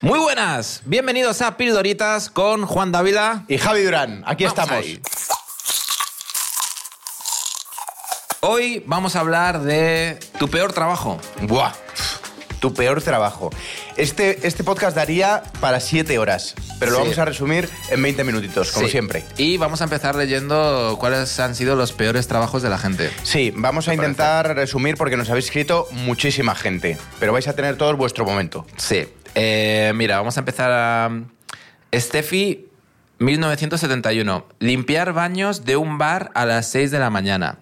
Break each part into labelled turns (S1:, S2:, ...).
S1: Muy buenas, bienvenidos a Pildoritas con Juan Dávila.
S2: Y Javi Durán, aquí
S1: Vamos
S2: estamos.
S1: ahí. Hoy vamos a hablar de tu peor trabajo.
S2: Buah, tu peor trabajo. Este, este podcast daría para 7 horas, pero lo
S1: Sí.
S2: vamos a resumir en 20 minutitos, como
S1: Sí.
S2: siempre.
S1: Y vamos a empezar leyendo cuáles han sido los peores trabajos de la gente.
S2: Sí, vamos a
S1: Me
S2: intentar resumir porque nos habéis escrito muchísima gente, pero vais a tener todos vuestro momento.
S1: Sí. Eh, mira, vamos a empezar a... um, Steffi, 1971. Limpiar baños de un bar a las 6 de la mañana.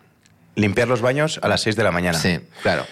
S2: Limpiar los baños a las 6 de la mañana.
S1: Sí, claro.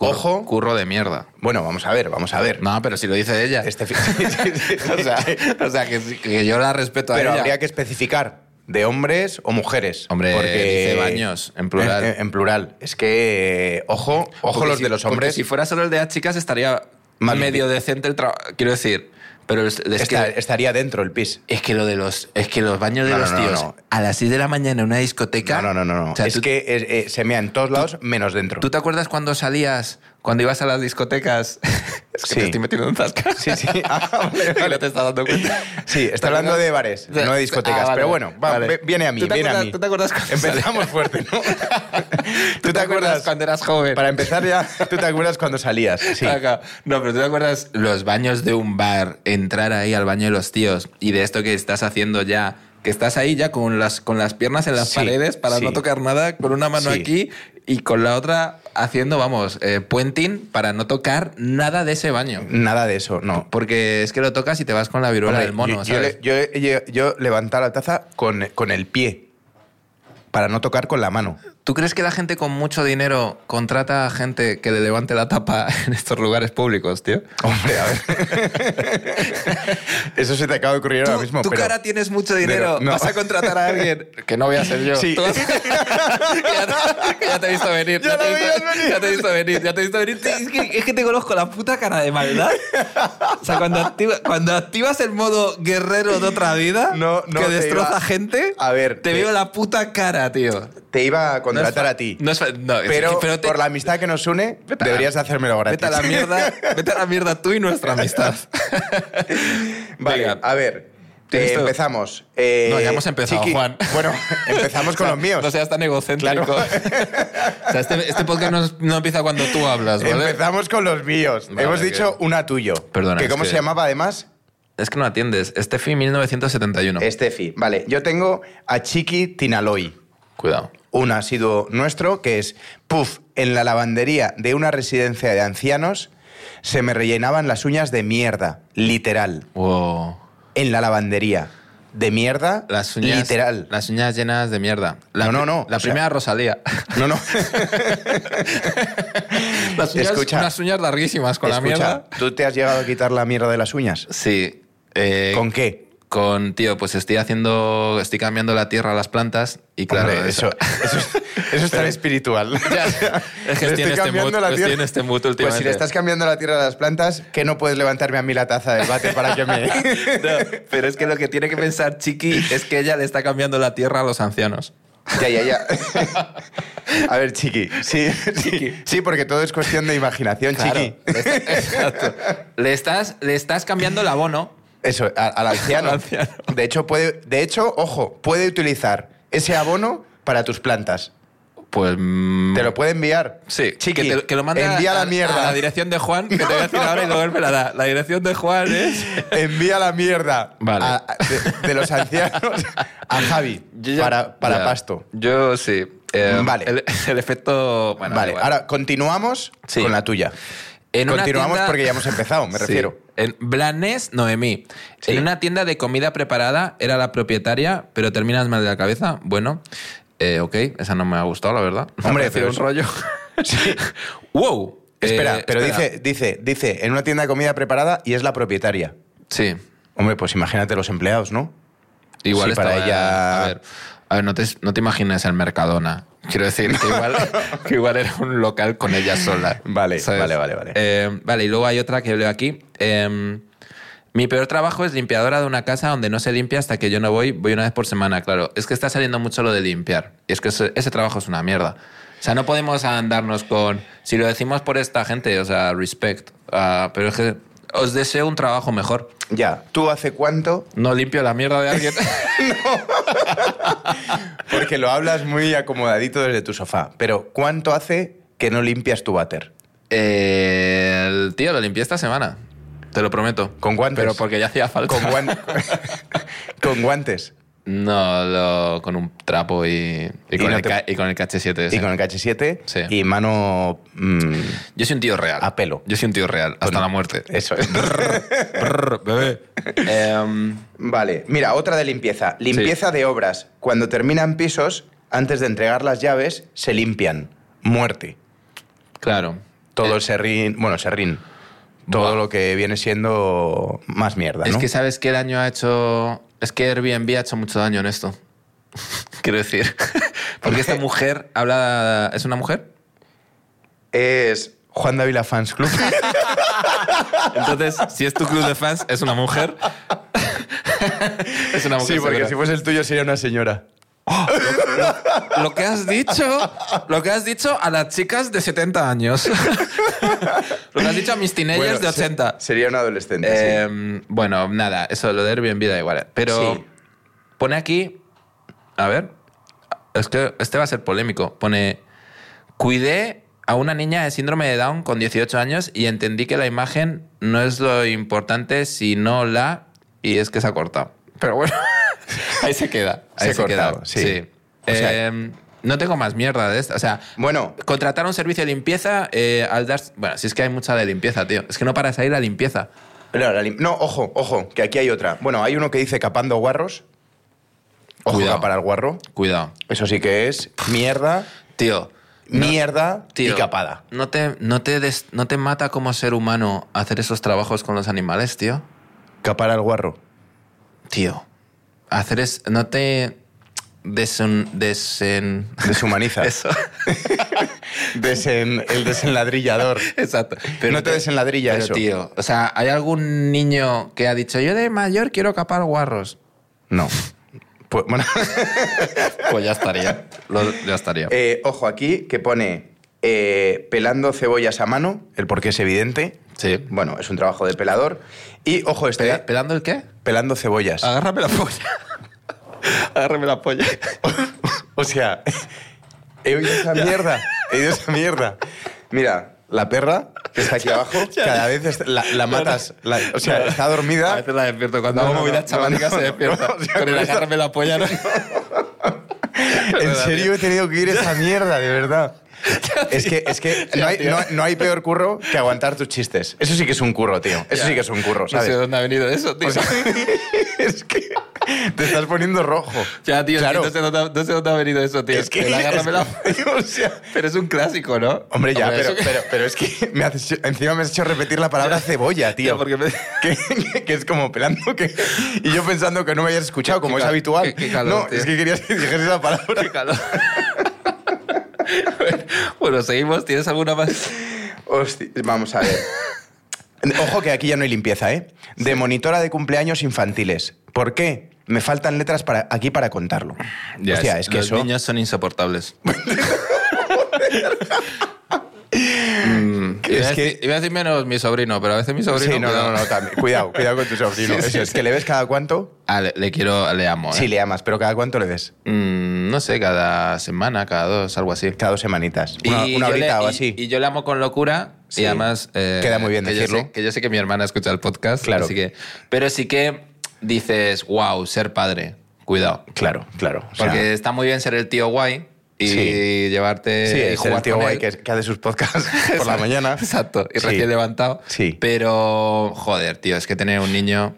S2: Ojo.
S1: Curro de mierda.
S2: Bueno, vamos a ver, vamos a ver.
S1: No, pero si lo dice ella.
S2: Este fi- Sí, sí, sí, o sea,
S1: o sea, que, sí, que yo la respeto
S2: pero
S1: a ella.
S2: habría que especificar de hombres o mujeres.
S1: Hombre, dice baños, en plural.
S2: En, en plural. Es que, ojo, ojo
S1: Porque
S2: los
S1: si-
S2: de los
S1: porque
S2: hombres.
S1: Si fuera solo el de las chicas, estaría
S2: Más
S1: medio
S2: limpio.
S1: decente el trabajo. Quiero decir, pero es, es
S2: Esta-
S1: que.
S2: estaría dentro el pis.
S1: Es que lo de los. Es que los baños de
S2: No, no,
S1: los
S2: no,
S1: tíos.
S2: no.
S1: A las 6 de la mañana en una discoteca.
S2: No, no, no, no. no.
S1: O sea,
S2: es
S1: tú,
S2: que eh, eh, se mea en todos lados menos dentro.
S1: ¿Tú te acuerdas cuando salías, cuando ibas a las discotecas? es que
S2: Sí.
S1: te estoy metiendo en un zasca.
S2: Sí, sí. Ah, vale,
S1: Y
S2: vale.
S1: no te estás dando cuenta.
S2: Sí, está hablando de bares, no de discotecas.
S1: Ah, vale,
S2: pero bueno, va,
S1: vale.
S2: ve- viene a mí,
S1: ¿Tú te
S2: viene
S1: acuerdas-
S2: a mí.
S1: ¿Tú te acuerdas cuando
S2: Empezamos fuerte, ¿no? ¿Tú te acuerdas?
S1: cuando Ah, eras joven?
S2: Para empezar ya, ¿tú te acuerdas cuando salías? Sí.
S1: Acá. No, pero ¿tú te acuerdas los baños de un bar? Entrar ahí al baño de los tíos y de esto que estás haciendo ya. Que estás ahí ya con las, con las piernas en las
S2: Sí,
S1: paredes para
S2: sí.
S1: no tocar nada, con una mano
S2: Sí.
S1: aquí y con la otra haciendo, vamos, eh, puenting para no tocar nada de ese baño.
S2: Nada de eso, no.
S1: Porque es que lo tocas y te vas con la viruela
S2: Hombre,
S1: del mono,
S2: yo, yo
S1: ¿sabes?
S2: le- yo- yo- yo levantaba la taza con, con el pie para no tocar con la mano.
S1: ¿Tú crees que la gente con mucho dinero contrata a gente que le levante la tapa en estos lugares públicos, tío?
S2: Hombre, a ver. eso se te acaba de ocurrir ahora mismo.
S1: tú
S2: pero...
S1: cara tienes mucho dinero,
S2: dinero, Pero, no.
S1: vas
S2: vas
S1: a
S2: a
S1: contratar a alguien que no voy a ser yo.
S2: Sí.
S1: Tú- que ya, te, que ya te he visto venir.
S2: Ya
S1: te he
S2: lo
S1: visto,
S2: veías venir.
S1: ya te he visto venir. Ya te he visto venir. Te- Es que, es que te conozco la puta cara de maldad. O sea, cuando, activa- cuando activas el modo guerrero de otra vida,
S2: No, no,
S1: que
S2: te
S1: destroza
S2: iba-
S1: gente,
S2: A ver,
S1: te
S2: te-
S1: veo la puta cara, tío.
S2: Te iba a
S1: No es
S2: contratar
S1: fa-
S2: a ti.
S1: No es fa- no, es-
S2: pero
S1: pero te-
S2: por la amistad que nos une,
S1: a la-
S2: deberías hacérmelo gratis.
S1: Vete a la mierda, vete a la mierda tú y nuestra amistad.
S2: Vale,
S1: Venga.
S2: a ver. eh,
S1: Esto-
S2: empezamos. Eh,
S1: No, ya hemos empezado, Juan.
S2: Bueno, empezamos con
S1: O sea,
S2: los míos.
S1: No seas tan egocéntrico.
S2: Claro.
S1: O sea, este, este podcast no, no empieza cuando tú hablas, ¿vale?
S2: Empezamos con los míos.
S1: Vale,
S2: hemos
S1: que-
S2: dicho una tuyo.
S1: Perdona,
S2: Que
S1: es
S2: cómo
S1: que-
S2: se llamaba además?
S1: Es que no atiendes. Este Steffi 1971.
S2: Estefi. Vale, yo tengo a Chiqui Tinaloy.
S1: Cuidado.
S2: Un asiduo nuestro que es, puff, en la lavandería de una residencia de ancianos se me rellenaban las uñas de mierda, literal.
S1: Wow.
S2: en la lavandería. De mierda,
S1: Las uñas,
S2: literal.
S1: Las uñas llenas de mierda. La
S2: No, no,
S1: pri-
S2: no,
S1: La
S2: o sea-
S1: primera Rosalía.
S2: No, no.
S1: Las uñas,
S2: Escucha.
S1: unas uñas larguísimas con la
S2: Escucha,
S1: mierda.
S2: ¿tú te has llegado a quitar la mierda de las uñas?
S1: Sí. eh,
S2: ¿Con qué?
S1: con, tío, pues estoy haciendo, estoy cambiando la tierra a las plantas y claro,
S2: Hombre,
S1: eso-
S2: eso, eso, es- eso es tan espiritual. Pues
S1: Ya,
S2: Le
S1: es que estoy en este mood,
S2: la
S1: estoy
S2: tierra-
S1: en este mood
S2: Pues si
S1: últimamente.
S2: le estás cambiando la tierra a las plantas, ¿qué no puedes levantarme a mí la taza del bate para que me...?
S1: No, pero es que lo que tiene que pensar Chiqui es que ella le está cambiando la tierra a los ancianos.
S2: ya, ya, ya. A ver, Chiqui. Sí, sí, sí, porque todo es cuestión de imaginación, Chiqui.
S1: Exacto. Le estás, le estás cambiando el abono.
S2: Eso, a- al anciano.
S1: Al anciano.
S2: De hecho, puede, de hecho, ojo, puede utilizar ese abono para tus plantas.
S1: Pues. mm,
S2: Te lo puede enviar.
S1: Sí,
S2: Chiqui,
S1: que, te- que lo manda
S2: envía
S1: a-
S2: la mierda.
S1: a la dirección de Juan, que te voy a decir ahora y luego él me la da. La dirección de Juan es.
S2: envía la mierda
S1: Vale.
S2: a- a- de, de los ancianos a Javi para, para
S1: Ya.
S2: pasto.
S1: Yo sí. Eh,
S2: Vale.
S1: El, el efecto. Bueno, da
S2: vale,
S1: igual.
S2: ahora continuamos
S1: Sí.
S2: con la tuya.
S1: En una
S2: continuamos
S1: tienda-
S2: porque ya hemos empezado,
S1: Sí.
S2: me refiero.
S1: En Blanés Noemí.
S2: Sí.
S1: En una tienda de comida preparada era la propietaria, pero terminas mal de la cabeza. Bueno, eh, ok, esa no me ha gustado, la verdad.
S2: Hombre,
S1: Me ha parecido
S2: pero
S1: un
S2: es-
S1: rollo. wow.
S2: Espera,
S1: Eh,
S2: pero
S1: espera.
S2: dice, dice, dice, en una tienda de comida preparada y es la propietaria.
S1: Sí,
S2: Hombre, pues imagínate los empleados, ¿no?
S1: igual
S2: Sí, para
S1: estaba-
S2: ella-
S1: A ver, a ver, no, te, no te imagines el Mercadona. Quiero decir que igual, que igual era un local con ella sola.
S2: Vale,
S1: ¿sabes?
S2: vale, vale, vale.
S1: Eh, vale, y luego hay otra que leo aquí. Eh, mi peor trabajo es limpiadora de una casa donde no se limpia hasta que yo no voy, voy una vez por semana, claro. Es que está saliendo mucho lo de limpiar. Y es que ese, ese trabajo es una mierda. O sea, no podemos andarnos con... Si lo decimos por esta gente, o sea, respect. Ah, pero es que os deseo un trabajo mejor.
S2: Ya. ¿Tú hace cuánto?
S1: No limpio la mierda de alguien.
S2: Porque lo hablas muy acomodadito desde tu sofá. Pero ¿cuánto hace que no limpias tu váter?
S1: Eh, el tío lo limpié esta semana. Te lo prometo.
S2: ¿Con guantes?
S1: Pero porque ya hacía falta.
S2: Con, guan- con guantes.
S1: No, lo- con un trapo y, y
S2: Y
S1: con,
S2: no
S1: el
S2: te-
S1: ca- y con el KH7. ese.
S2: Y con el KH7
S1: Sí.
S2: y mano mm,
S1: Yo soy un tío real.
S2: a pelo.
S1: Yo soy un tío real, hasta la muerte.
S2: Eso es.
S1: Brr, bebé. Em,
S2: Vale, mira, otra de limpieza. Limpieza de obras. Cuando terminan pisos, antes de entregar las llaves, se limpian. Muerte.
S1: claro.
S2: Todo
S1: Eh,
S2: el serrín, bueno, serrín. Todo
S1: Buah.
S2: lo que viene siendo más mierda,
S1: Es
S2: ¿no?
S1: que sabes qué daño ha hecho. Es que Airbnb ha hecho mucho daño en esto. Quiero decir. Porque esta mujer habla. ¿Es una mujer?
S2: Es Juan Dávila Fans Club.
S1: Entonces, si es tu club de fans, es una mujer. es una mujer.
S2: sí, porque
S1: segura.
S2: si fuese el tuyo sería una señora.
S1: Lo que has dicho, lo que has dicho a las chicas de 70 años. lo que has dicho a mis teenagers
S2: Bueno,
S1: de
S2: se-
S1: 80.
S2: Sería un adolescente, sí.
S1: Eh, Bueno, nada, eso lo de Airbnb da igual. Pero
S2: Sí.
S1: pone aquí. A ver. Es que este va a ser polémico. Pone. Cuidé a una niña de síndrome de Down con 18 años y entendí que la imagen no es lo importante, sino la. Y es que se ha cortado. Pero bueno. ahí se queda. Ahí
S2: Se ha
S1: se, queda.
S2: cortado, sí. O
S1: Eh,
S2: sea-
S1: no tengo más mierda de esta. O sea,
S2: Bueno,
S1: contratar un servicio de limpieza eh, al dar. Bueno, si es que hay mucha de limpieza, tío. Es que no paras ahí la limpieza.
S2: no, la lim- no, ojo, ojo, que aquí hay otra. Bueno, hay uno que dice capando guarros. Ojo,
S1: Cuidado.
S2: capar al guarro.
S1: Cuidado.
S2: Eso sí que es mierda,
S1: Tío. no-
S2: mierda
S1: tío,
S2: y capada.
S1: No te, no, te des- no te mata como ser humano hacer esos trabajos con los animales, tío.
S2: Capar al guarro.
S1: Tío. Hacer es. No te. Desen. desen
S2: Deshumaniza.
S1: eso.
S2: Desen- el desenladrillador.
S1: Exacto.
S2: No te desenladrilla
S1: pero,
S2: eso.
S1: tío, o sea, ¿hay algún niño que ha dicho yo de mayor quiero capar guarros?
S2: No. Pues, bueno,
S1: Pues ya estaría. Lo- ya estaría.
S2: eh, ojo aquí que pone eh, pelando cebollas a mano, el porqué es evidente.
S1: sí.
S2: Bueno, es un trabajo de pelador. Y ojo, este,
S1: Pe- ¿Pelando el qué?
S2: pelando cebollas.
S1: Agárrame la polla. Agárrame la polla.
S2: O sea, he oído esa mierda. He oído esa mierda. Mira, la perra que está aquí abajo, cada vez est- la, la matas. la- o sea, está
S1: A
S2: dormida.
S1: veces la despierto. Cuando
S2: No,
S1: hago
S2: no,
S1: movidas
S2: no,
S1: chamánicas
S2: no, no,
S1: se despierta.
S2: no, o sea,
S1: Con el
S2: con esa-
S1: agárrame la polla. ¿no?
S2: En
S1: verdad,
S2: serio he tenido que ir esa mierda, de verdad. Es que, es que no, hay,
S1: tío.
S2: no- no hay peor curro que aguantar tus chistes. Eso sí que es un curro, tío. Eso
S1: Ya.
S2: sí que es un curro,
S1: No sé de
S2: ¿sabes?
S1: dónde ha venido eso, tío.
S2: O sea, es que te estás poniendo rojo.
S1: ya, tío, es que
S2: claro.
S1: no, sé dónde, ha- no sé dónde ha venido eso, tío.
S2: Es que...
S1: El agárrame la polla.
S2: es- o sea,
S1: Pero es un clásico, ¿no?
S2: Hombre, ya, pero,
S1: eso que-
S2: pero, pero es que me has hecho- encima me has hecho repetir la palabra cebolla, tío.
S1: Ya, porque me-
S2: que, que- que es como pelando que... Y yo pensando que no me hayas escuchado, como
S1: Qué
S2: es
S1: cal-
S2: habitual.
S1: qué- qué calor,
S2: no,
S1: tío.
S2: es que querías que dijeras esa palabra.
S1: Qué calor. bueno, seguimos. ¿Tienes alguna más?
S2: Hostia, vamos a ver. Ojo que aquí ya no hay limpieza, ¿eh? De monitora de cumpleaños infantiles. ¿Por qué? Me faltan letras para, aquí para contarlo. Hostia, es, que
S1: los
S2: eso...
S1: niños son insoportables.
S2: Es
S1: Es
S2: que...
S1: que... Mm, Iba a decir menos mi sobrino, pero a veces mi sobrino...
S2: Sí, no, no,
S1: cuidado.
S2: no, no, también. Cuidado, cuidado con tu sobrino.
S1: Sí, sí,
S2: Eso, es que le ves cada cuánto.
S1: Ah, le, le quiero, le amo. ¿eh?
S2: Sí, le amas, pero cada cuánto le ves.
S1: Mm, no sé, cada semana, cada dos, algo así.
S2: Cada dos semanitas. Una,
S1: Y
S2: una
S1: yo
S2: horita
S1: le-
S2: o
S1: y-
S2: así.
S1: Y, yo le amo con locura
S2: Sí.
S1: y además... eh,
S2: Queda muy bien
S1: que yo
S2: decirlo.
S1: sé- que yo sé que mi hermana escucha el podcast,
S2: Claro.
S1: así que... Pero sí que dices, wow, ser padre, cuidado.
S2: Claro, claro. o sea,
S1: Porque está muy bien ser el tío guay y
S2: Sí.
S1: llevarte...
S2: sí,
S1: y
S2: es el
S1: jugar
S2: tío
S1: con
S2: guay
S1: él.
S2: que, que hace sus podcasts por la
S1: eh, Exacto,
S2: mañana.
S1: Exacto, y
S2: Sí.
S1: recién levantado.
S2: Sí.
S1: Pero, joder, tío, es que tener un niño...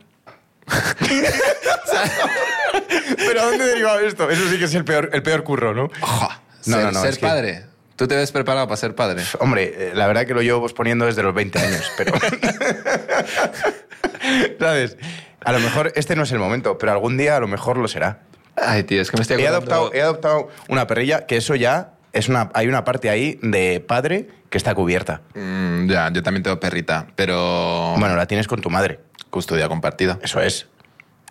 S2: Pero ¿a dónde derivaba esto? Eso sí que es el peor, el peor curro, ¿no?
S1: ¡Ojo!
S2: No,
S1: ser
S2: no, no,
S1: ser
S2: es que-
S1: padre. ¿Tú te ves preparado para ser padre?
S2: Hombre, eh, la verdad que lo llevo posponiendo desde los 20 años, pero... ¿Sabes? A lo mejor este no es el momento, pero algún día a lo mejor lo será.
S1: Ay, tío, es que me estoy
S2: He
S1: acordando-
S2: adoptado, he adoptado una perrilla que eso ya es una... Hay una parte ahí de padre que está cubierta.
S1: Mm, ya, yo también tengo perrita, pero...
S2: Bueno, la tienes con tu madre.
S1: Custodia compartida.
S2: Eso es.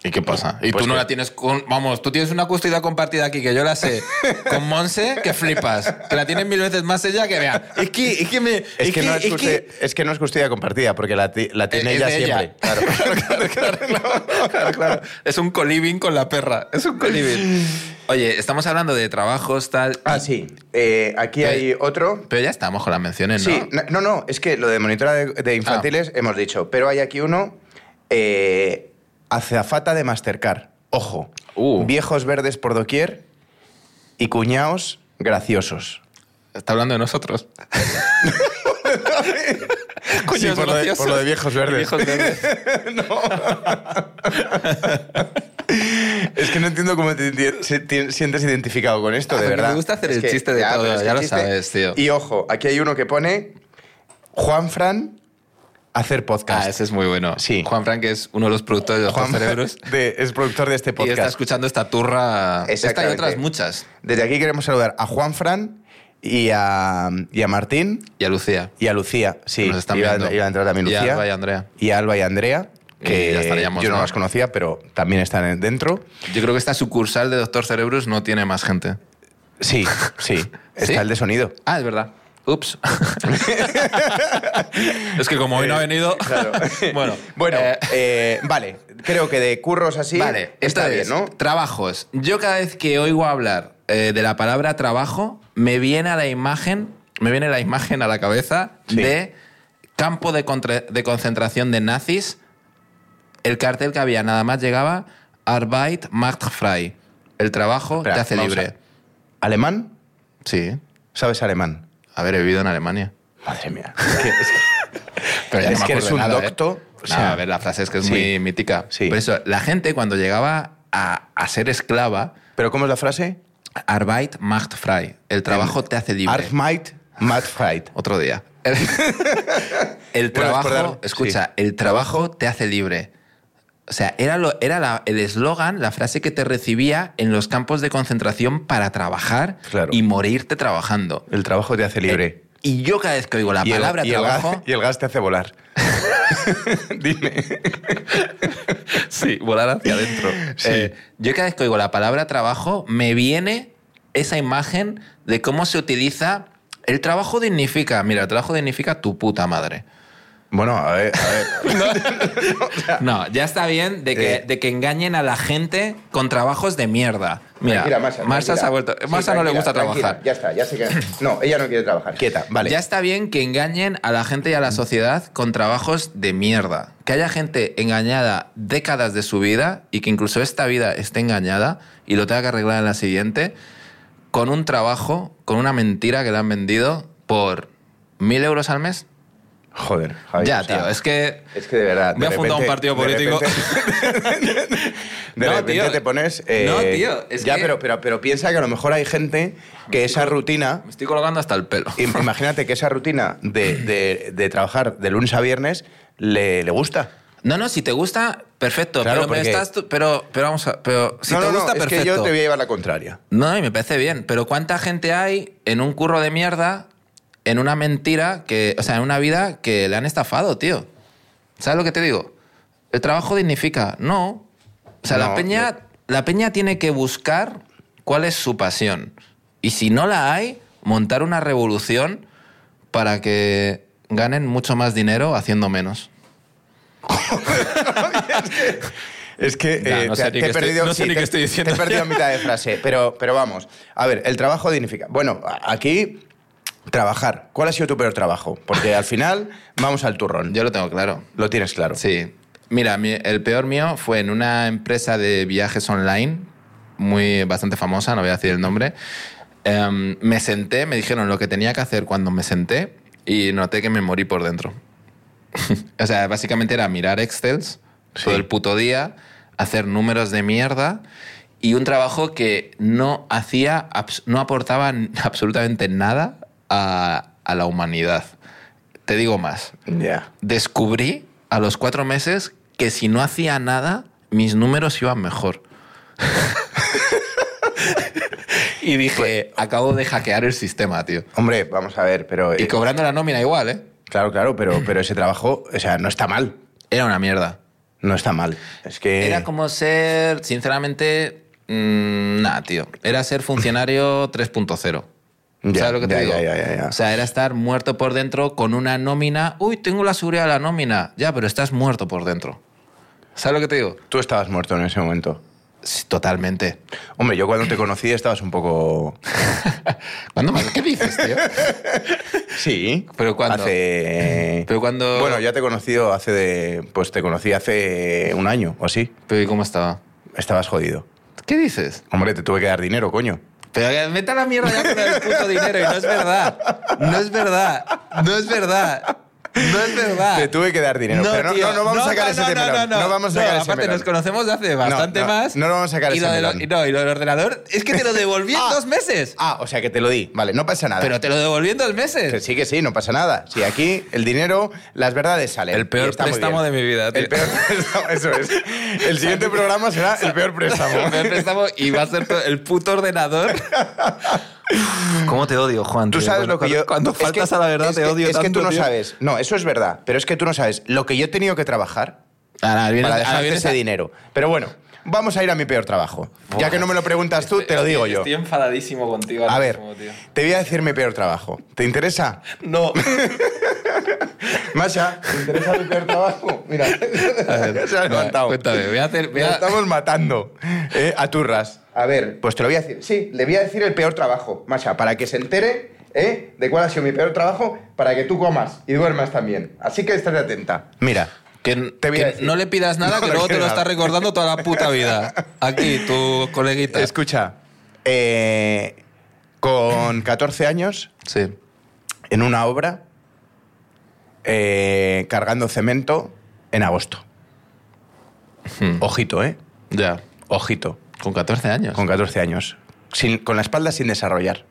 S1: ¿Y qué pasa? Y
S2: Pues
S1: tú no
S2: que-
S1: la tienes con. Vamos, tú tienes una custodia compartida aquí que yo la sé con Monse que flipas. Que la tienes mil veces más ella que vea. Es que, es que me.
S2: Es que, no es,
S1: es
S2: custi- es que no es custodia compartida, porque la, ti- la tiene
S1: Eh, es
S2: ella
S1: de ella.
S2: siempre. Claro.
S1: Claro, claro. Es un coliving con la perra. Es un coliving. Oye, estamos hablando de trabajos, tal.
S2: Ah, sí. Eh, aquí
S1: Pero-
S2: hay otro.
S1: Pero ya estamos con las menciones, ¿no? Ah.
S2: Sí, no, no, no, es que lo de monitora de, de infantiles hemos dicho, pero hay aquí uno, eh, azafata de Mastercard. Ojo,
S1: Uh.
S2: viejos verdes por doquier y cuñaos graciosos.
S1: Está hablando de nosotros.
S2: Sí, por lo de- por lo de viejos verdes.
S1: Viejos verdes.
S2: Es que no entiendo cómo te, ti- se- ti- sientes identificado con esto,
S1: Ah,
S2: de
S1: porque me
S2: verdad.
S1: gusta hacer
S2: Es
S1: el chiste de todo,
S2: pero es que
S1: ya
S2: el
S1: lo sabes, tío.
S2: Y ojo, aquí hay uno que pone Juan Fran hacer podcast.
S1: Ah, ese es muy bueno.
S2: Sí.
S1: Juan Frank es uno de los productores de los
S2: Juan
S1: Cerebros.
S2: de- es productor de este
S1: Y está
S2: podcast.
S1: escuchando esta turra. Esta y
S2: Exactamente.
S1: otras muchas.
S2: Desde aquí queremos saludar a Juan Fran y a, y a Martín
S1: Y a Lucía.
S2: y a Lucía. Sí,
S1: que nos están
S2: iba,
S1: viendo.
S2: iba a entrar también
S1: Y a
S2: Lucía.
S1: Alba y Andrea.
S2: Y a Alba y Andrea,
S1: Y
S2: que
S1: ya estaríamos,
S2: yo no,
S1: ¿no?
S2: las conocía, pero también están en- dentro.
S1: Yo creo que esta sucursal de Doctor Cerebros no tiene más gente.
S2: Sí, sí. Está el de sonido.
S1: Ah, es verdad. Ups. es que como hoy no ha venido.
S2: Eh,
S1: bueno,
S2: Bueno,
S1: eh,
S2: eh, vale. Creo que de curros así
S1: vale,
S2: está
S1: entonces,
S2: bien, ¿no?
S1: Trabajos. Yo cada vez que oigo hablar eh, de la palabra trabajo, me viene a la imagen, me viene la imagen a la cabeza
S2: Sí.
S1: de campo de, contra- de concentración de nazis. El cartel que había nada más llegaba Arbeit macht frei. El trabajo
S2: Espera,
S1: te hace
S2: vamos
S1: libre.
S2: a- ¿Alemán?
S1: Sí.
S2: ¿Sabes alemán?
S1: Haber vivido en Alemania.
S2: Madre mía. Es que- es que-
S1: Pero ya no
S2: Es
S1: me acuerdo
S2: que eres un
S1: de nada, ¿eh?
S2: docto, o
S1: No,
S2: sea,
S1: a ver, la frase es que es
S2: sí,
S1: muy mítica.
S2: sí.
S1: Por eso, la gente cuando llegaba a, a ser esclava,
S2: ¿Pero cómo es la frase?
S1: Arbeit macht frei. El trabajo te hace libre.
S2: Arbeit macht frei.
S1: Otro día. El, el
S2: Bueno, es
S1: trabajo,
S2: por dar-
S1: escucha,
S2: sí.
S1: el trabajo te hace libre. O sea, era, lo, era la- el eslogan, la frase que te recibía en los campos de concentración para trabajar
S2: Claro.
S1: y morirte trabajando. Eh,
S2: El trabajo te hace libre.
S1: Y yo cada vez que oigo la
S2: Y el-
S1: palabra
S2: y el gas-
S1: trabajo,
S2: y el gas te hace volar. Dime.
S1: Sí, volar hacia adentro.
S2: Sí.
S1: Eh, yo cada vez que oigo la palabra trabajo, me viene esa imagen de cómo se utiliza. El trabajo dignifica. Mira, el trabajo dignifica tu puta madre.
S2: Bueno, a ver, a ver.
S1: No, ya está bien de que,
S2: Eh.
S1: de que engañen a la gente con trabajos de mierda. Mira,
S2: Tranquila,
S1: Marsa,
S2: tranquila.
S1: se ha vuelto.
S2: Sí,
S1: Marsa no le
S2: tranquila,
S1: gusta
S2: tranquila.
S1: trabajar.
S2: Ya está, ya sé que. No, ella no quiere trabajar. Quieta, vale. Mm.
S1: Ya está bien que engañen a la gente y a la sociedad con trabajos de mierda. Que haya gente engañada décadas de su vida y que incluso esta vida esté engañada y lo tenga que arreglar en la siguiente con un trabajo, con una mentira que le han vendido por mil euros al mes.
S2: Joder, Javi,
S1: ya,
S2: o sea,
S1: tío, es que...
S2: Es que de verdad.
S1: Me
S2: de
S1: ha fundado un
S2: repente-
S1: partido
S2: de
S1: político.
S2: repente- de
S1: No,
S2: repente
S1: tío.
S2: te pones. eh,
S1: No, tío, es
S2: ya,
S1: que-
S2: pero, pero, pero piensa que a lo mejor hay gente que esa rutina.
S1: Me estoy colocando hasta el pelo.
S2: im- Imagínate que esa rutina de, de- de trabajar de lunes a viernes le, le gusta.
S1: No, no, si te gusta, perfecto.
S2: Claro,
S1: pero, me
S2: porque-
S1: estás tú- pero, pero vamos a... Pero si
S2: No,
S1: te
S2: no, no,
S1: gusta,
S2: es
S1: perfecto.
S2: que yo te voy a llevar la contraria.
S1: No, y me parece bien, pero ¿cuánta gente hay en un curro de mierda, en una mentira, que, o sea, en una vida que le han estafado, tío? ¿Sabes lo que te digo? El trabajo dignifica. No. O sea, la,
S2: No,
S1: peña, la peña tiene que buscar cuál es su pasión. Y si no la hay, montar una revolución para que ganen mucho más dinero haciendo menos.
S2: Es que
S1: Ya,
S2: eh,
S1: no
S2: te,
S1: sé ni
S2: te
S1: qué
S2: he
S1: estoy-
S2: perdido.
S1: no sé ni
S2: te-
S1: qué estoy diciendo.
S2: Te he perdido a mitad de frase. Pero, pero vamos. A ver, el trabajo dignifica. Bueno, a- aquí. Trabajar. ¿Cuál ha sido tu peor trabajo? Porque al final vamos al turrón.
S1: Yo lo tengo claro.
S2: Lo tienes claro.
S1: Sí. Mira, mi- el peor mío fue en una empresa de viajes online, muy bastante famosa, no voy a decir el nombre. Em, me senté, me dijeron lo que tenía que hacer cuando me senté y noté que me morí por dentro. o sea, básicamente era mirar Excels todo
S2: Sí.
S1: el puto día, hacer números de mierda y un trabajo que no hacía, abs- no aportaba n- absolutamente nada a- a la humanidad. Te digo más
S2: Ya.
S1: descubrí a los cuatro meses que si no hacía nada, mis números iban mejor. y dije, acabo de hackear el sistema, tío.
S2: Pues, Hombre, vamos a ver, pero.
S1: Y
S2: eh,
S1: cobrando la nómina igual, ¿eh?
S2: claro, claro, pero, pero ese trabajo, o sea, no está mal.
S1: Era una mierda.
S2: No está mal. Es que.
S1: Era como ser, sinceramente, mm, nada, tío. Era ser funcionario 3.0.
S2: Ya,
S1: ¿Sabes lo que te
S2: ya,
S1: digo?
S2: ya, ya, ya, ya.
S1: O sea, era estar muerto por dentro con una nómina. Uy, tengo la seguridad de la nómina. Ya, pero estás muerto por dentro. ¿Sabes lo que te digo?
S2: Tú estabas muerto en ese momento.
S1: Sí, totalmente.
S2: Hombre, yo cuando te conocí estabas un poco.
S1: ¿Cuándo más? ¿Qué dices, tío?
S2: Sí.
S1: ¿Pero cuándo?
S2: Hace.
S1: Pero cuando-
S2: Bueno, ya te he conocido hace de. Pues te conocí hace un año o así.
S1: Pero ¿y cómo estaba?
S2: Estabas jodido.
S1: ¿Qué dices?
S2: Hombre, te tuve que dar dinero, coño.
S1: Pero que meta la mierda ya con el puto dinero y no es verdad. No es verdad. No es verdad. No es verdad.
S2: Te tuve que dar dinero. pero no,
S1: tío.
S2: no, no vamos a sacar
S1: no,
S2: ese
S1: no,
S2: melón.
S1: No, no,
S2: vamos a sacar ese
S1: Aparte,
S2: melón.
S1: nos conocemos de hace bastante
S2: no,
S1: más.
S2: no lo vamos a sacar
S1: y
S2: ese
S1: lo de lo-
S2: melón.
S1: y no, y lo del ordenador es que te lo devolví en
S2: Ah.
S1: dos meses.
S2: Ah, o sea que te lo di. Vale, no pasa nada.
S1: Pero te lo devolví en dos
S2: Que
S1: meses.
S2: sí, que sí, no pasa nada. Sí, aquí el dinero, las verdades salen.
S1: El peor
S2: Y está muy
S1: préstamo
S2: bien.
S1: de mi vida, tío.
S2: El peor préstamo, eso es. El siguiente programa será el peor préstamo.
S1: Me prestamos y va a ser todo- el puto ordenador. ¿Cómo te odio, Juan?
S2: Tú
S1: tío?
S2: sabes
S1: Bueno,
S2: lo que
S1: cuando-
S2: yo.
S1: Cuando
S2: es
S1: faltas
S2: que-
S1: a la verdad
S2: es
S1: te
S2: que-
S1: odio
S2: Es que
S1: tanto,
S2: tú no
S1: tío.
S2: sabes. No, eso es verdad. Pero es que tú no sabes lo que yo he tenido que trabajar
S1: Ahora viene-
S2: para
S1: ahora
S2: dejarte
S1: viene
S2: ese
S1: esa-
S2: dinero. Pero bueno, vamos a ir a mi peor trabajo. Ya
S1: Buah,
S2: que no me lo preguntas tú, te lo digo yo.
S1: Estoy enfadadísimo contigo. ahora
S2: A ver,
S1: mismo, tío.
S2: te voy a decir mi peor trabajo. ¿Te interesa?
S1: No.
S2: Masha, ¿te interesa mi peor trabajo? Mira, se ha levantado.
S1: Cuéntame, voy a hacer. voy
S2: Lo
S1: a-
S2: estamos matando eh, a turras. A ver, pues te lo voy a decir. Sí, le voy a decir el peor trabajo, Masha, para que se entere eh, de cuál ha sido mi peor trabajo, para que tú comas y duermas también. Así que estate atenta. Mira,
S1: Que,
S2: Te voy a
S1: que
S2: decir.
S1: no le pidas nada,
S2: No
S1: que
S2: le
S1: luego te lo
S2: quiero
S1: está
S2: nada.
S1: recordando toda la puta vida. Aquí, tu coleguita.
S2: escucha, eh, con 14 años,
S1: Sí.
S2: en una obra, eh, cargando cemento en agosto. Ojito, ¿eh?
S1: Ya.
S2: Ojito.
S1: Con 14 años.
S2: Con 14 años. Sin- con la espalda sin desarrollar.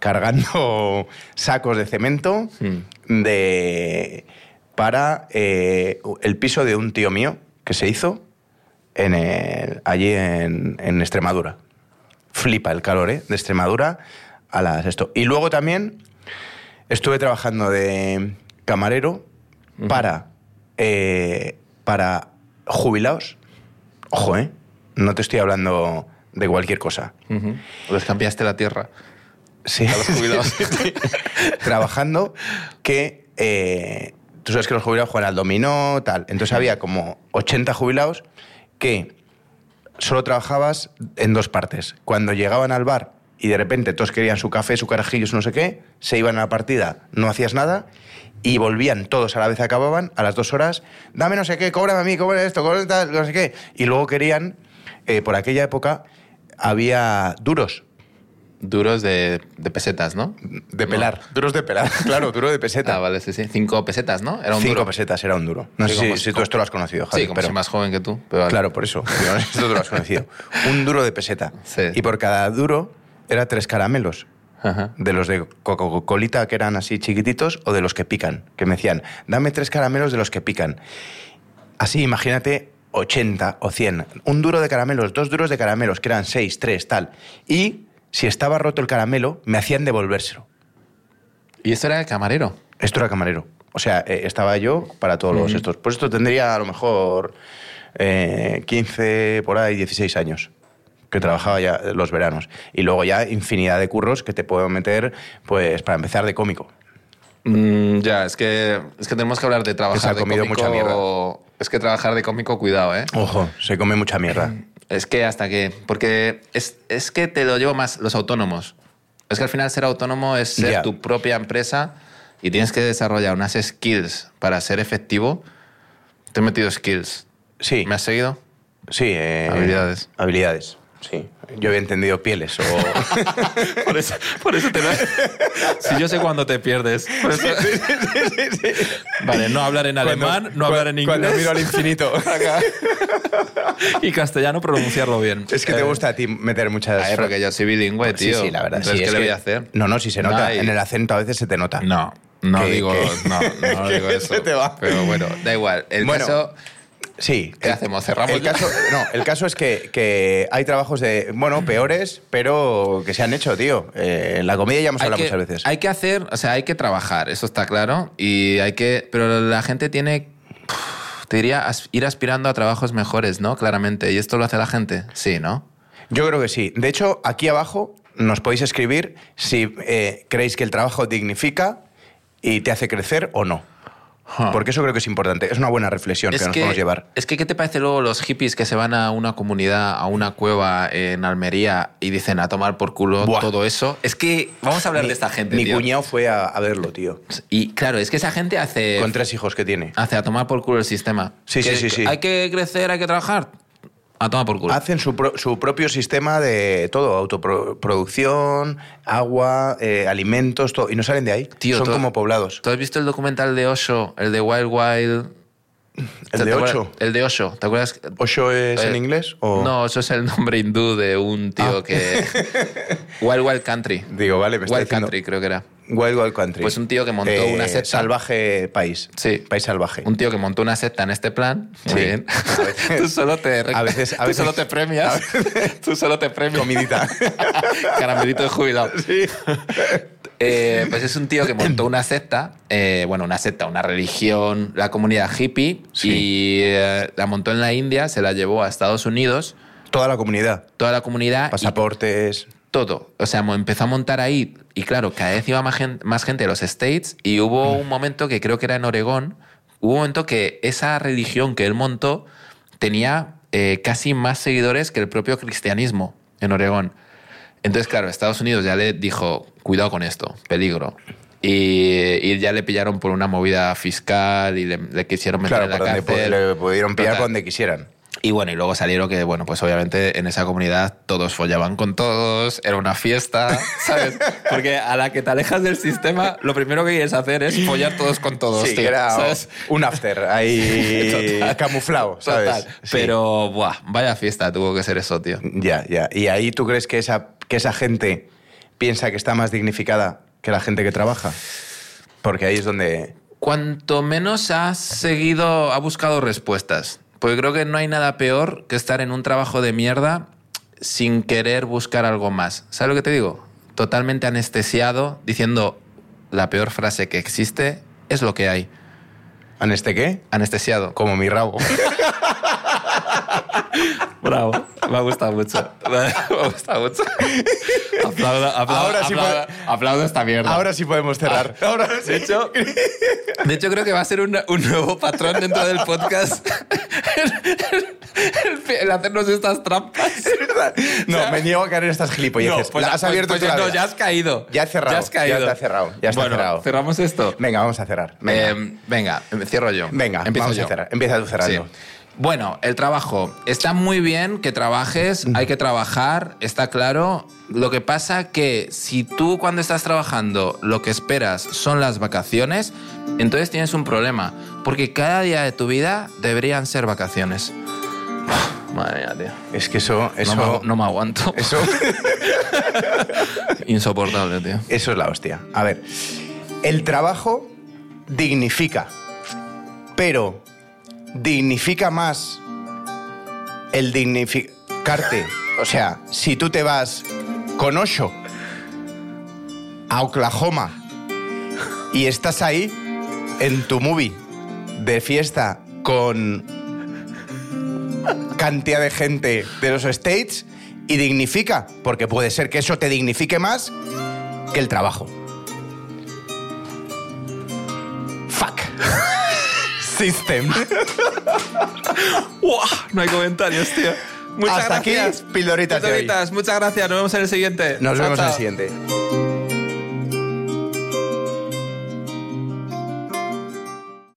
S2: Cargando sacos de cemento
S1: Mm.
S2: de, para eh, el piso de un tío mío que se hizo en el- allí en, en Extremadura. Flipa el calor, ¿eh? De Extremadura a las esto. Y luego también estuve trabajando de camarero para, eh, para jubilados. Ojo, ¿eh? No te estoy hablando de cualquier cosa.
S1: Ujú. Les cambiaste la tierra.
S2: Sí.
S1: A los jubilados.
S2: trabajando que eh, tú sabes que los jubilados juegan al dominó, tal. Entonces había como 80 jubilados que solo trabajabas en dos partes. Cuando llegaban al bar y de repente todos querían su café, su carajillo, su no sé qué, se iban a la partida, no hacías nada y volvían todos a la vez, acababan a las dos horas, dame no sé qué, cóbrame a mí, cóbrame esto, cóbrame tal, no sé qué. Y luego querían, eh, por aquella época, había duros.
S1: Duros de, de pesetas, ¿no?
S2: De
S1: No.
S2: pelar. Duros de pelar, claro, duro de peseta.
S1: Ah, vale, sí, sí. Cinco pesetas, ¿no? Era un
S2: Cinco
S1: duro.
S2: pesetas era un duro. No
S1: Sí,
S2: sé si,
S1: como-
S2: si tú esto lo has conocido, Javi.
S1: Sí, como
S2: pero-
S1: soy más joven que tú. pero vale.
S2: Claro, por eso. Digo, Esto tú lo has conocido. Un duro de peseta.
S1: Sí.
S2: Y por cada duro era tres caramelos.
S1: Ajá.
S2: De los de Coca-Colita que eran así chiquititos o de los que pican. Que me decían, dame tres caramelos de los que pican. Así, imagínate 80 o 100. Un duro de caramelos, dos duros de caramelos, que eran seis, tres, tal. Y si estaba roto el caramelo, me hacían devolvérselo.
S1: Y esto era de camarero.
S2: Esto era camarero. O sea, eh, estaba yo para todos los estos. Pues esto tendría a lo mejor eh, 15, por ahí, 16 años. Que trabajaba ya eh, los veranos. Y luego ya infinidad de curros que te puedo meter, pues para empezar de cómico.
S1: Mm, ya, es que, es que tenemos que hablar de trabajar
S2: Que se ha
S1: de
S2: comido
S1: cómico.
S2: mucha mierda.
S1: Es que trabajar de cómico, cuidado, ¿eh?
S2: Ojo, se come mucha mierda.
S1: Es que hasta que. Porque es, es que te lo llevo más los autónomos. Es que al final ser autónomo es ser
S2: Ya.
S1: tu propia empresa y tienes que desarrollar unas skills para ser efectivo. Te he metido skills.
S2: Sí,
S1: ¿Me has seguido?
S2: sí. eh,
S1: Habilidades.
S2: Habilidades, sí. Yo había entendido pieles o...
S1: Por eso, te lo Si yo sé cuándo te pierdes. Vale, no hablar en alemán, no hablar en
S2: Cuando
S1: inglés
S2: miro al infinito.
S1: y castellano pronunciarlo bien. Eh,
S2: es que te gusta a ti meter muchas...
S1: A ver, porque yo soy bilingüe,
S2: Pues
S1: tío.
S2: Sí, sí, la verdad.
S1: Entonces,
S2: sí,
S1: ¿qué
S2: es
S1: le
S2: que-
S1: voy a hacer?
S2: No, no, si se nota.
S1: Ay.
S2: en el acento a veces se te nota.
S1: No, no
S2: Que-
S1: digo,
S2: que-
S1: no, no digo
S2: que
S1: eso.
S2: se te va.
S1: Pero bueno, da igual. El
S2: Bueno,
S1: caso,
S2: Sí.
S1: ¿qué
S2: el-
S1: hacemos? ¿Cerramos
S2: el
S1: ya?
S2: caso, No, el caso es que, que hay trabajos de, bueno, peores, pero que se han hecho, tío. Eh, en la comedia ya hemos
S1: hay
S2: hablado
S1: que,
S2: muchas veces.
S1: hay que hacer, o sea, hay que trabajar, eso está claro. Y hay que, pero la gente tiene, Te diría as- ir aspirando a trabajos mejores, ¿no? Claramente. ¿Y esto lo hace la gente? Sí, ¿no?
S2: Yo creo que sí. De hecho, aquí abajo nos podéis escribir si eh, creéis que el trabajo dignifica y te hace crecer o no.
S1: Huh.
S2: Porque eso creo que es importante. Es una buena reflexión que nos podemos llevar.
S1: Ah. Es que, ¿qué te parece luego los hippies que se van a una comunidad, a una cueva en Almería y dicen a tomar por culo
S2: Buah.
S1: todo eso? Es que vamos a hablar de esta gente.
S2: Mi
S1: tío.
S2: cuñado fue a, a verlo, tío.
S1: Y claro, es que esa gente hace,
S2: Con tres hijos que tiene.
S1: hace a tomar por culo el sistema.
S2: Sí,
S1: Que-
S2: sí, sí, sí.
S1: Hay que crecer, hay que trabajar. A tomar por culo.
S2: Hacen su, pro- su propio sistema de todo, autoproducción, agua, eh, alimentos, todo, y no salen de ahí.
S1: Tío,
S2: Son
S1: todo-
S2: como poblados.
S1: ¿Tú has visto el documental de Osho, el de Wild Wild?
S2: ¿El de
S1: ¿Te acuerdas?
S2: ocho?
S1: El de Osho, ¿te acuerdas?
S2: ¿Ocho es en
S1: Eh,
S2: inglés? O...
S1: No, eso es el nombre hindú de un tío
S2: Ah.
S1: que... Wild Wild Country.
S2: Digo, vale, me está
S1: Wild
S2: diciendo-
S1: Country creo que era.
S2: Wild Wild Country. Eh,
S1: Pues un tío que montó una secta.
S2: Salvaje país.
S1: Sí.
S2: País salvaje.
S1: Un tío que montó una secta en este plan. Muy
S2: Sí.
S1: bien.
S2: A veces-
S1: tú solo te,
S2: a veces- a
S1: tú
S2: veces-
S1: solo te premias. tú solo te premias.
S2: Comidita.
S1: Caramelito de jubilado.
S2: sí.
S1: Eh, pues es un tío que montó una secta, eh, bueno, una secta, una religión, la comunidad hippie,
S2: Sí.
S1: y eh, la montó en la India, se la llevó a Estados Unidos,
S2: Toda la comunidad.
S1: toda la comunidad, y
S2: Pasaportes.
S1: todo. O sea, mo- empezó a montar ahí y claro, cada vez iba más gente, más gente a los States y hubo
S2: Mm.
S1: un momento que creo que era en Oregón, hubo un momento que esa religión que él montó tenía eh, casi más seguidores que el propio cristianismo en Oregón. Entonces, claro, Estados Unidos ya le dijo, cuidado con esto, peligro. Y, y ya le pillaron por una movida fiscal y le, le quisieron meter
S2: Claro,
S1: en la
S2: por donde
S1: cárcel.
S2: pu- le pudieron pillar
S1: Total.
S2: por donde quisieran.
S1: Y bueno, y luego salieron que, bueno, pues obviamente en esa comunidad todos follaban con todos, era una fiesta, ¿sabes? Porque a la que te alejas del sistema, lo primero que quieres hacer es follar todos con todos,
S2: sí,
S1: tío,
S2: que era
S1: ¿sabes?
S2: un after ahí
S1: Total.
S2: camuflado, ¿sabes?
S1: Total.
S2: Sí.
S1: Pero, buah, vaya fiesta tuvo que ser eso, tío.
S2: Ya, ya. ¿Y ahí tú crees que esa, que esa gente piensa que está más dignificada que la gente que trabaja? Porque ahí es donde...
S1: Cuanto menos has seguido, ha buscado respuestas. Porque creo que no hay nada peor que estar en un trabajo de mierda sin querer buscar algo más. ¿Sabes lo que te digo? Totalmente anestesiado, diciendo la peor frase que existe es lo que hay.
S2: ¿En este qué?
S1: Anestesiado.
S2: Como mi rabo.
S1: Bravo. Me ha gustado mucho. Me ha gustado mucho. Aplaudo, aplaudo,
S2: Ahora sí
S1: aplaudo, aplaudo esta mierda.
S2: Ahora sí podemos cerrar. Ahora
S1: De
S2: sí.
S1: hecho, de hecho, creo que va a ser una- un nuevo patrón dentro del podcast el, el- el hacernos estas trampas.
S2: No,
S1: O sea,
S2: me niego a caer en estas gilipolleces.
S1: No, pues-
S2: La has
S1: pues-
S2: abierto
S1: pues
S2: tú la
S1: no,
S2: veda.
S1: ya has caído.
S2: Ya has cerrado,
S1: Ya has caído.
S2: ya te has cerrado, ya está
S1: bueno,
S2: cerrado.
S1: cerramos esto.
S2: Venga, vamos a cerrar. Venga,
S1: Eh, venga, cierro yo.
S2: Venga,
S1: empiezo
S2: vamos
S1: yo.
S2: a cerrar. Empieza tú
S1: Sí.
S2: cerrando.
S1: Bueno, el trabajo. Está muy bien que trabajes, hay que trabajar, está claro. Lo que pasa que si tú cuando estás trabajando lo que esperas son las vacaciones, entonces tienes un problema. Porque cada día de tu vida deberían ser vacaciones. Madre mía, tío.
S2: Es que eso...
S1: No,
S2: eso...
S1: me, agu- no me aguanto.
S2: Eso,
S1: Insoportable, tío.
S2: eso es la hostia. A ver, el trabajo dignifica, pero dignifica más el dignificarte. O sea, si tú te vas con ocho a Oklahoma y estás ahí en tu movie de fiesta con cantidad de gente de los States y dignifica, porque puede ser que eso te dignifique más que el trabajo. Fuck. System.
S1: No hay comentarios, tío.
S2: Hasta aquí, pildoritas de hoy.
S1: Muchas gracias. Nos vemos en el siguiente.
S2: Nos
S1: Chao,
S2: vemos en el
S1: chao.
S2: siguiente.